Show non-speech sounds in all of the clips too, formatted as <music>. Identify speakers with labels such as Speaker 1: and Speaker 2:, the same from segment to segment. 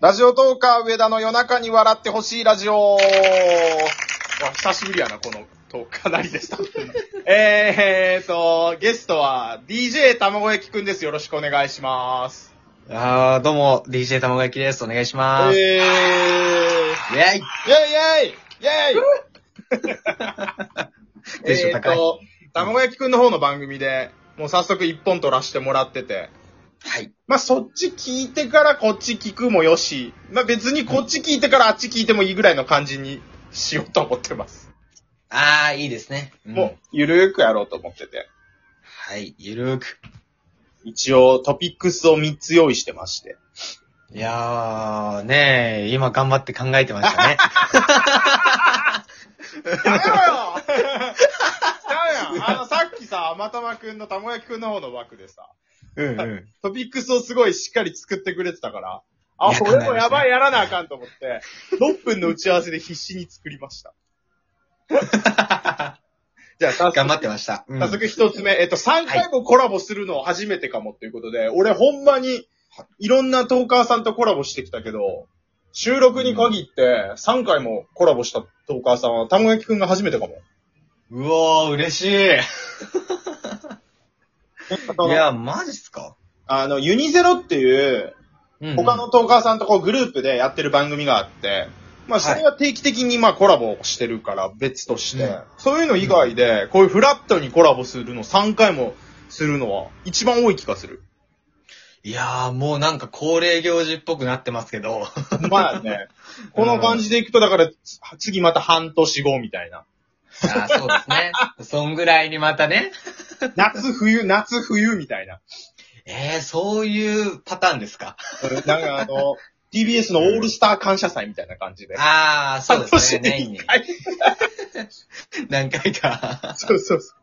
Speaker 1: ラジオトーカー上田の夜中に笑ってほしいラジオわ久しぶりやな、このトークかなりで
Speaker 2: <laughs>
Speaker 1: した。えーと、ゲストは DJ 卵焼きくんです。よろしくお願いします。
Speaker 2: あー、どうも、DJ 玉垣です。お願いし
Speaker 1: え
Speaker 2: ま
Speaker 1: ー、
Speaker 2: す。
Speaker 1: イェイイ
Speaker 2: イェイ
Speaker 1: ェイイェイ <laughs>
Speaker 2: テンション高い
Speaker 1: えーと、卵焼きくんの方の番組で、もう早速一本取らしてもらってて。
Speaker 2: はい。
Speaker 1: まあ、そっち聞いてからこっち聞くもよし、まあ、別にこっち聞いてからあっち聞いてもいいぐらいの感じにしようと思ってます。
Speaker 2: あー、いいですね。うん
Speaker 1: もう、ゆるーくやろうと思ってて。
Speaker 2: はい、ゆるーく。
Speaker 1: 一応、トピックスを3つ用意してまして。
Speaker 2: いやー、ねえ、今頑張って考えてました
Speaker 1: <laughs>
Speaker 2: ね。
Speaker 1: やめろよやめろあの、さっきさ、またまくんのたもやきくんの方の枠でさ、
Speaker 2: うんうん。
Speaker 1: トピックスをすごいしっかり作ってくれてたから、あ
Speaker 2: いや、
Speaker 1: 俺も
Speaker 2: 考えまし
Speaker 1: や
Speaker 2: たね
Speaker 1: ばいやらなあかんと思って、6分の打ち合わせで必死に作りま <laughs> した。じゃあ、早速
Speaker 2: 頑張ってました。うん
Speaker 1: 早速一つ目、えっと、3回もコラボするの初めてかもっていうことで、俺ほんまに、いろんなトーカーさんとコラボしてきたけど、収録に限って3回もコラボしたトーカーさんは、たもやきくんが初めてかも。
Speaker 2: うおー、嬉しい。いや、マジっすか
Speaker 1: あの、ユニゼロっていう、
Speaker 2: うんうん
Speaker 1: 他のトーカーさんとこうグループでやってる番組があって、まあ、それは定期的にまあコラボしてるから別として、
Speaker 2: うん
Speaker 1: そういうの以外で、こういうフラットにコラボするの3回もするのは一番多い気がする。
Speaker 2: いやー、もうなんか恒例行事っぽくなってますけど。 <laughs>
Speaker 1: ほんまやね。この感じでいくと、だから、つ次また半年後みたいな。
Speaker 2: あー、そうで
Speaker 1: <laughs>
Speaker 2: すね。そんぐらいにまたね。
Speaker 1: 夏冬、夏冬みたいな。
Speaker 2: えー、そういうパターンですか
Speaker 1: なんかあの、TBS のオールスター感謝祭みたいな感じで。
Speaker 2: あー、そうですね。
Speaker 1: 半年
Speaker 2: 年
Speaker 1: に
Speaker 2: に
Speaker 1: 一回。
Speaker 2: 何回か。
Speaker 1: そうそうそ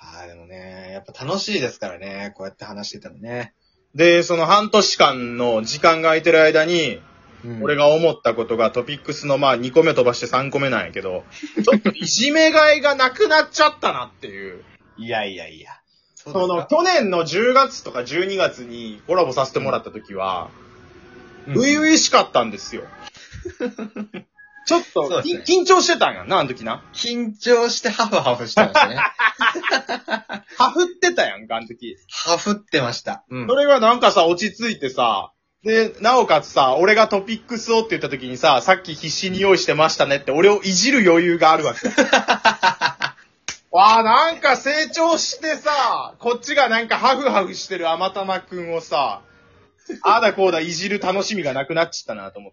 Speaker 2: ああ、でもね、やっぱ楽しいですからね、こうやって話してたらね。
Speaker 1: う。で、その半年間の時間が空いてる間に、
Speaker 2: うん
Speaker 1: 俺が思ったことがトピックスのまあ2個目飛ばして3個目なんやけど、ちょっといじめがいがなくなっちゃったなっていう。
Speaker 2: いやいやいや。そ
Speaker 1: その、去年の10月とか12月にコラボさせてもらった時は、
Speaker 2: うん
Speaker 1: 初々しかったんですよ。ちょっ
Speaker 2: そ
Speaker 1: と、
Speaker 2: うですね
Speaker 1: き緊張してたんやな、あの時な。
Speaker 2: 緊張してハフハフしてました <laughs> ね。
Speaker 1: はふってたやんか、あの時。
Speaker 2: ハフってました。うん
Speaker 1: そ。れがなんかさ、落ち着いてさ、で、なおかつさ、俺がトピックスをって言った時にさ、さっき必死に用意してましたねって、俺をいじる余裕があるわ
Speaker 2: <laughs>
Speaker 1: け。わあ、なんか成長してさ、こっちがなんかハフハフしてる甘玉くんをさ、ああだこうだいじる楽しみがなくなっちゃったなと思っ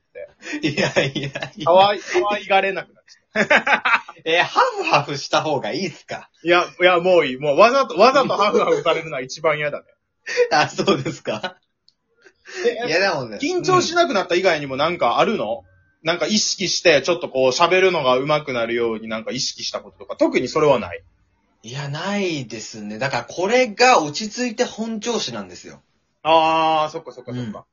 Speaker 1: て。
Speaker 2: <laughs> いやいやい
Speaker 1: か
Speaker 2: や。
Speaker 1: わい、かわいがれなくなっちゃった。
Speaker 2: えーハフハフした方がいいっすか
Speaker 1: いや、いや、もういい。もう、わざと、わざとハフハフされるのは一番嫌だね。
Speaker 2: あ、そうですかいや、
Speaker 1: え
Speaker 2: でもね。
Speaker 1: 緊張しなくなった以外にもなんかあるの、なんか意識して、ちょっとこう喋るのが上手くなるようになんか意識したこととか、特にそれはない。
Speaker 2: うんいや、ないですね。だからこれが落ち着いて本調子なんですよ。
Speaker 1: あー、そっかそっ
Speaker 2: かそっか。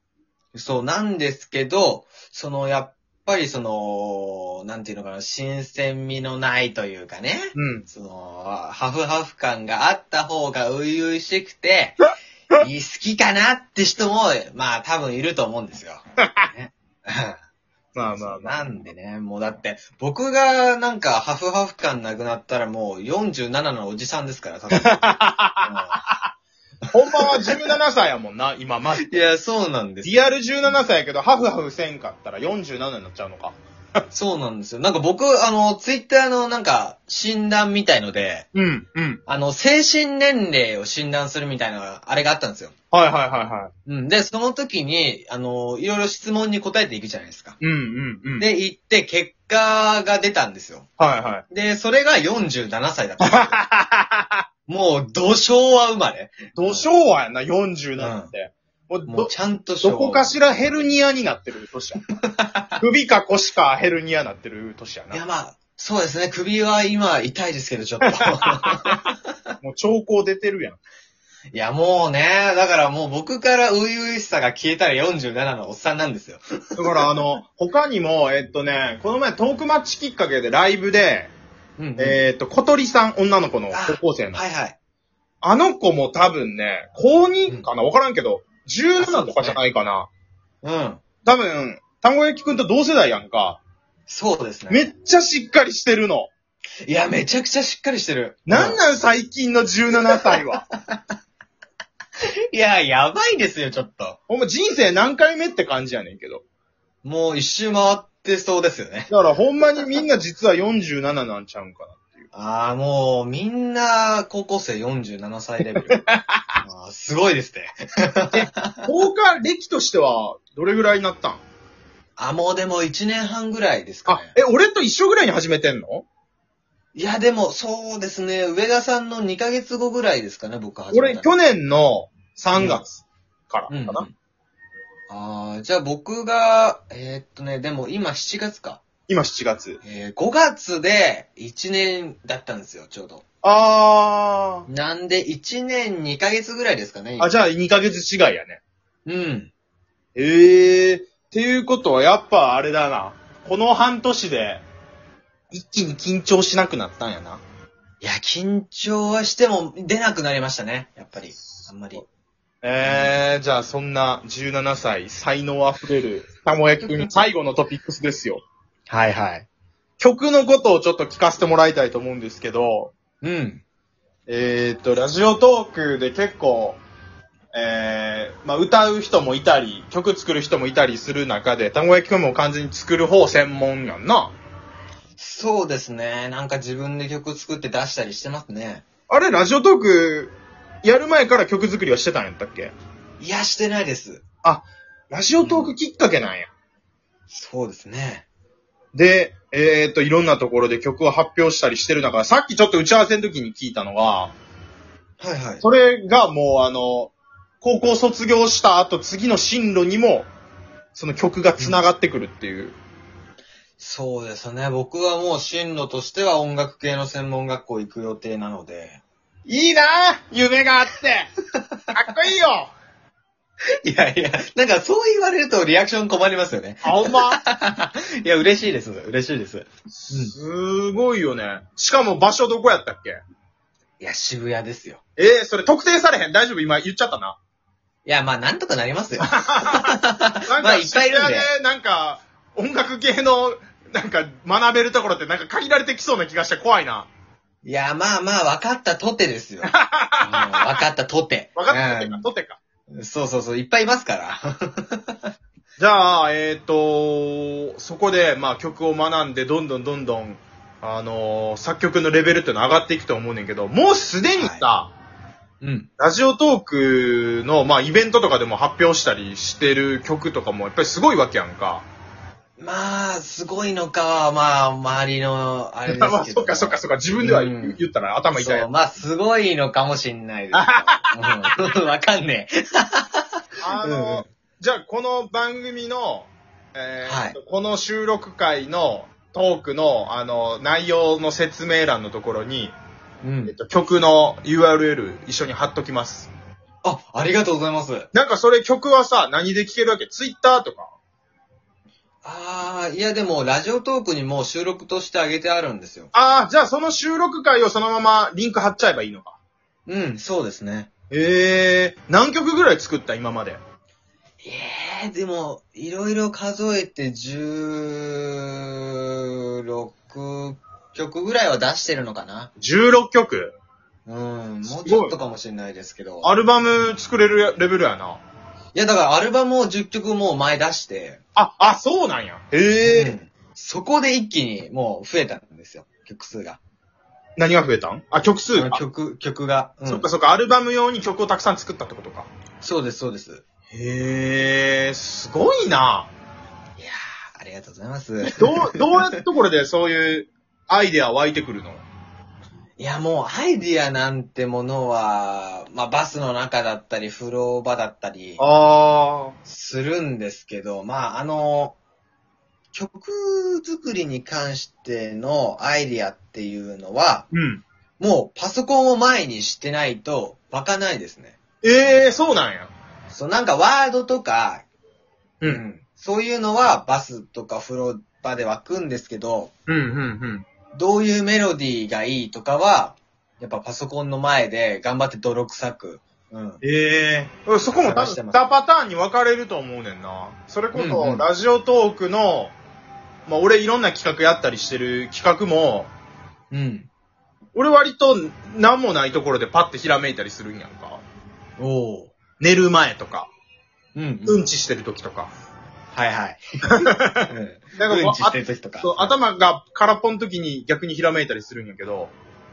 Speaker 2: そうなんですけど、その、やっぱりその、なんていうのかな、新鮮味のないというかね。
Speaker 1: うん。
Speaker 2: その、ハフハフ感があった方が初々しくて、いい好きかなって人も、まあ多分いると思うんですよ。ね
Speaker 1: まあま
Speaker 2: そ
Speaker 1: あ
Speaker 2: う
Speaker 1: まあ。
Speaker 2: <laughs> なんでね、もうだって、僕がなんかハフハフ感なくなったらもう47のおじさんで
Speaker 1: <laughs>
Speaker 2: すから、多分
Speaker 1: ほんまは17歳やもんな、今まで。
Speaker 2: うんいや、そうなんですよ
Speaker 1: リアル17歳やけど、ハフハフせんかったら47になっちゃうのか。
Speaker 2: そうなんですよ。なんか僕、あの、ツイッターのなんか、診断みたいので、
Speaker 1: うん、うん。
Speaker 2: あの、精神年齢を診断するみたいな、あれがあったんですよ。
Speaker 1: はいはいはいは
Speaker 2: うん。で、その時に、あの、いろいろ質問に答えていくじゃないですか。
Speaker 1: い。うんうんうん。、
Speaker 2: で、行って、結果が出たんですよ。
Speaker 1: はいはい。
Speaker 2: で、それが47歳だっ
Speaker 1: <laughs>
Speaker 2: たんですよ。もう、土昭和生まれ。
Speaker 1: ど昭和やな、47って。もうど
Speaker 2: もう、ちゃんと昭
Speaker 1: ど
Speaker 2: 和
Speaker 1: こかしらヘルニアになってる
Speaker 2: <laughs>
Speaker 1: 年や。首か腰かヘルニアになってる年や
Speaker 2: いや、
Speaker 1: な。
Speaker 2: まあ、そうですね。首は今、痛いですけど、ちょっと。 <laughs>
Speaker 1: もう兆候出てるやん。
Speaker 2: いや、もうね、だからもう僕から初々しさが消えたら47のおっさんなんですよ。
Speaker 1: だからあの、 <laughs> 他にも、えっとね、この前トークマッチきっかけでライブで、
Speaker 2: うん、うん。
Speaker 1: えっと、小鳥さん、女の子の高校生の。
Speaker 2: はいはい。
Speaker 1: あの子も多分ね、高2かなわからんけど、17とかじゃないかな。
Speaker 2: うん。
Speaker 1: 多分、たまご焼きくんと同世代やんか。
Speaker 2: そうですね。
Speaker 1: めっちゃしっかりしてるの。
Speaker 2: いや、めちゃくちゃしっかりしてる。
Speaker 1: なん
Speaker 2: う
Speaker 1: なん最近の17歳は。
Speaker 2: <laughs> いや、やばいですよ、ちょっと。
Speaker 1: ほんま人生何回目って感じやねんけど。
Speaker 2: もう一周回ってそうですよね。
Speaker 1: だからほんまにみんな実は47なんちゃうんかな。
Speaker 2: ああ、もう、みんな、高校生47歳レ
Speaker 1: <laughs>
Speaker 2: ベル。あーすごいですね。
Speaker 1: 放課歴としては、どれぐらいになったん
Speaker 2: あ、もうでも1年半ぐらいですか
Speaker 1: あ
Speaker 2: ね、。
Speaker 1: え、俺と一緒ぐらいに始めてんの
Speaker 2: いや、でも、そうですね。上田さんの2ヶ月後ぐらいですかね、僕始め
Speaker 1: 俺、
Speaker 2: た
Speaker 1: 去年の3月からか
Speaker 2: の。うん、
Speaker 1: な。
Speaker 2: ああ、じゃあ僕が、えーっとね、でも今7月か。
Speaker 1: 今7月。
Speaker 2: えー、5月で1年だったんですよ、ちょうど。
Speaker 1: あ
Speaker 2: なんで1年2ヶ月ぐらいですかね。
Speaker 1: ー。あ、じゃあ2ヶ月違いやね。
Speaker 2: うん。
Speaker 1: ええー。っていうことはやっぱあれだな。この半年で、一気に緊張しなくなったんやな。
Speaker 2: いや、緊張はしても出なくなりましたね、やっぱり。あんまり。
Speaker 1: えー、じゃあそんな17歳、才能あふれる、たもやきくん最後のトピックスですよ。
Speaker 2: はいはい。
Speaker 1: 曲のことをちょっと聞かせてもらいたいと思うんですけど、
Speaker 2: うん。
Speaker 1: えーっと、ラジオトークで結構、えー、まあ歌う人もいたり、曲作る人もいたりする中で、たもやきくんも完全に作る方専門やんな。
Speaker 2: そうですね。なんか自分で曲作って出したりしてますね。
Speaker 1: あれ、ラジオトーク、やる前から曲作りはしてたんやったっけ
Speaker 2: いや、してないです。
Speaker 1: ラジオトークきっかけなんや。
Speaker 2: そうですね。
Speaker 1: で、えーっと、いろんなところで曲を発表したりしてる中、さっきちょっと打ち合わせの時に聞いたのは、
Speaker 2: はいはい。
Speaker 1: それがもうあの、高校卒業した後、次の進路にも、その曲が繋がってくるっていう。
Speaker 2: そうですね。僕はもう進路としては音楽系の専門学校行く予定なので。
Speaker 1: いいなぁ夢があ
Speaker 2: <laughs>
Speaker 1: ってかっこいいよ
Speaker 2: いやいや、なんかそう言われるとリアクション困りますよね。
Speaker 1: あ、ほんま
Speaker 2: いや、嬉しいです。嬉しいです。
Speaker 1: すごいよね。しかも場所どこやったっけ
Speaker 2: いや、渋谷ですよ。
Speaker 1: えー、それ特定されへん大丈夫今言っちゃったな。
Speaker 2: いや、まあ、なんとかなります <laughs> よ。
Speaker 1: なん
Speaker 2: まあ
Speaker 1: か、
Speaker 2: いっぱいいるんで
Speaker 1: 渋谷でなんか、音楽系の、なんか、学べるところってなんか限られてきそうな気がして怖いな。
Speaker 2: いや、まあまあ、分かったとてです <laughs> よ。うん分かったとて。
Speaker 1: 分かったとてか、とてか。
Speaker 2: うんそうそうそう、いっぱいいますから。
Speaker 1: じゃあ、えっ、と、そこで、まあ曲を学んで、どんどんどんどん、あのー作曲のレベルっていうのは上がっていくと思うねんけど、もうすでにさ、
Speaker 2: うん。
Speaker 1: ラジオトークの、まあイベントとかでも発表したりしてる曲とかも、やっぱりすごいわけやんか。
Speaker 2: まあ、すごいのかは、まあ、周りの、あれですけど。
Speaker 1: まあ、 <laughs> そっかそっかそっか、自分では
Speaker 2: う
Speaker 1: 言
Speaker 2: ん
Speaker 1: 言ったら頭痛いや
Speaker 2: そ
Speaker 1: ん
Speaker 2: う、まあ、すごいのかもしんないですよ。うんわかんねえ。
Speaker 1: あ
Speaker 2: うんう
Speaker 1: の
Speaker 2: ん
Speaker 1: ー、じゃあこの番組の、えー
Speaker 2: はい
Speaker 1: この収録会のトークの、あの、内容の説明欄のところに、
Speaker 2: う
Speaker 1: えっ
Speaker 2: ん。
Speaker 1: と、曲の URL 一緒に貼っときます。
Speaker 2: あ、ありがとうございます。
Speaker 1: なんかそれ曲はさ、何で聴けるわけツイッターとか。
Speaker 2: ああ、いやでも、ラジオトークにもう収録としてあげてあるんですよ。
Speaker 1: ああ、じゃあその収録会をそのままリンク貼っちゃえばいいのか。
Speaker 2: うん、そうですね。
Speaker 1: ええー、何曲ぐらい作った今まで。
Speaker 2: ええでも、いろいろ数えて16曲ぐらいは出してるのかな
Speaker 1: ?16 曲。
Speaker 2: うん、もう
Speaker 1: す
Speaker 2: ち
Speaker 1: ご
Speaker 2: ょ
Speaker 1: い
Speaker 2: っとかもしれないですけど。
Speaker 1: アルバム作れるレベルやな。
Speaker 2: いや、だからアルバムを10曲もう前出して、
Speaker 1: あ、あ、そうなんや。ええー
Speaker 2: うんそこで一気にもう増えたんですよ、曲数が。
Speaker 1: 何が増えたんあ、曲数。あ
Speaker 2: 曲、曲が。うん
Speaker 1: そっかそっか、アルバム用に曲をたくさん作ったってことか。
Speaker 2: そうです、そうです。
Speaker 1: へえ、すごいな。
Speaker 2: いやー、ありがとうございます。
Speaker 1: どう、どうやってところでそういうアイデア湧いてくるの
Speaker 2: いや、もうアイディアなんてものは、まあバスの中だったり、風呂場だったり
Speaker 1: ああ。
Speaker 2: するんですけど、まああの、曲作りに関してのアイディアっていうのは、
Speaker 1: うん。
Speaker 2: もうパソコンを前にしてないと湧かないですね。
Speaker 1: ええそうなんや。
Speaker 2: そう、なんかワードとか、
Speaker 1: う
Speaker 2: う。んそういうのはバスとか風呂場で湧くんですけど、
Speaker 1: うん、うん、うん。
Speaker 2: どういうメロディーがいいとかは、やっぱパソコンの前で頑張って泥臭くうん。
Speaker 1: ええそこも多
Speaker 2: 探して
Speaker 1: 分
Speaker 2: ま
Speaker 1: 2
Speaker 2: す
Speaker 1: パターンに分かれると思うねんな。それこ
Speaker 2: うんう
Speaker 1: そ、
Speaker 2: ん
Speaker 1: ラジオトークの、まあ俺いろんな企画やったりしてる企画も、
Speaker 2: うん。
Speaker 1: 俺割と何もないところでパッてひらめいたりするんやんか。
Speaker 2: おー。
Speaker 1: 寝る前とか、
Speaker 2: うん、
Speaker 1: うんちしてる時とか。
Speaker 2: はいはい。
Speaker 1: なんか
Speaker 2: うん
Speaker 1: こ
Speaker 2: ち
Speaker 1: う、あ
Speaker 2: してる時とか。
Speaker 1: そう頭が空っぽの時に逆にひらめいたりするんやけど、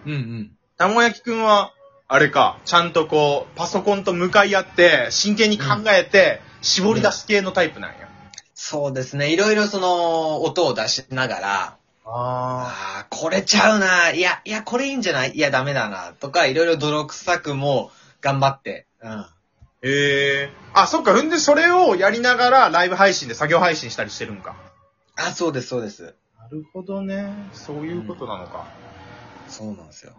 Speaker 2: うんうん。
Speaker 1: 玉焼きくんは、あれか、ちゃんとこう、パソコンと向かい合って、真剣に考えて、絞り出す系のタイプなんや。
Speaker 2: そうですね。いろいろその、音を出しながら、
Speaker 1: あ
Speaker 2: ああ、これちゃうな。いや、いや、これいいんじゃないいや、ダメだな。とか、いろいろ泥臭くも頑張って。うん。
Speaker 1: ー。へえ。あ、そっか。ほんで、それをやりながら、ライブ配信で作業配信したりしてるんか。
Speaker 2: あ、そうです、そうです。
Speaker 1: なるほどね。そういうことなのか。
Speaker 2: そうなんですよ。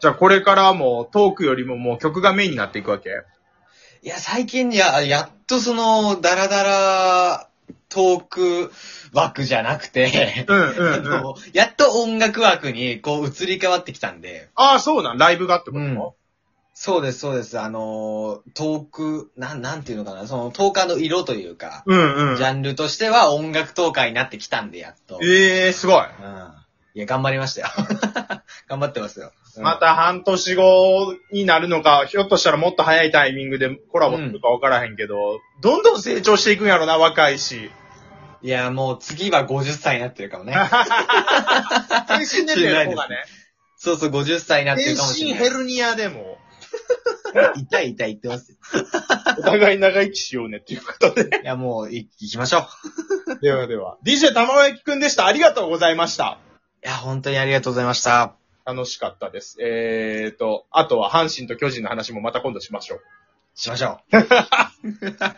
Speaker 1: じゃあ、これからも、トークよりももう曲がメインになっていくわけ
Speaker 2: いや、最近や、やっとその、ダラダラトーク枠じゃなくて、
Speaker 1: うんう
Speaker 2: あ
Speaker 1: んうん。
Speaker 2: の <laughs> やっと音楽枠にこう移り変わってきたんで、
Speaker 1: ああ、そうなん。ライブがってこと、
Speaker 2: うんそうです、そうです。あのー、トーク、なん、なんていうのかな、その、トーカーの色というか、
Speaker 1: うんうん。
Speaker 2: ジャンルとしては音楽トーカーになってきたんで、やっと。うん。い
Speaker 1: ええすごい。
Speaker 2: や、頑張りましたよ。 <laughs> 頑張ってますよ。うん
Speaker 1: ま。た半年後になるのか、ひょっとしたらもっと早いタイミングでコラボするか分からへんけど、どんどん成長していくんやろな、若い <laughs> し。
Speaker 2: いや、もう次は50歳になってるかもね。
Speaker 1: 全身年齢の方がね。
Speaker 2: そうそう、50歳になって
Speaker 1: 全
Speaker 2: るかもし
Speaker 1: 身
Speaker 2: れない。
Speaker 1: ヘルニアでも、
Speaker 2: 痛い痛い言ってますよ。
Speaker 1: お互い長生きしようねっていうこと <laughs> で。
Speaker 2: いや、もう、い、行きましょう。
Speaker 1: ではでは。DJ 玉焼きくんでした。ありがとうございました。
Speaker 2: いや、本当にありがとうございました。
Speaker 1: 楽しかったです。えーと、あとは阪神と巨人の話もまた今度しましょう。
Speaker 2: しましょう。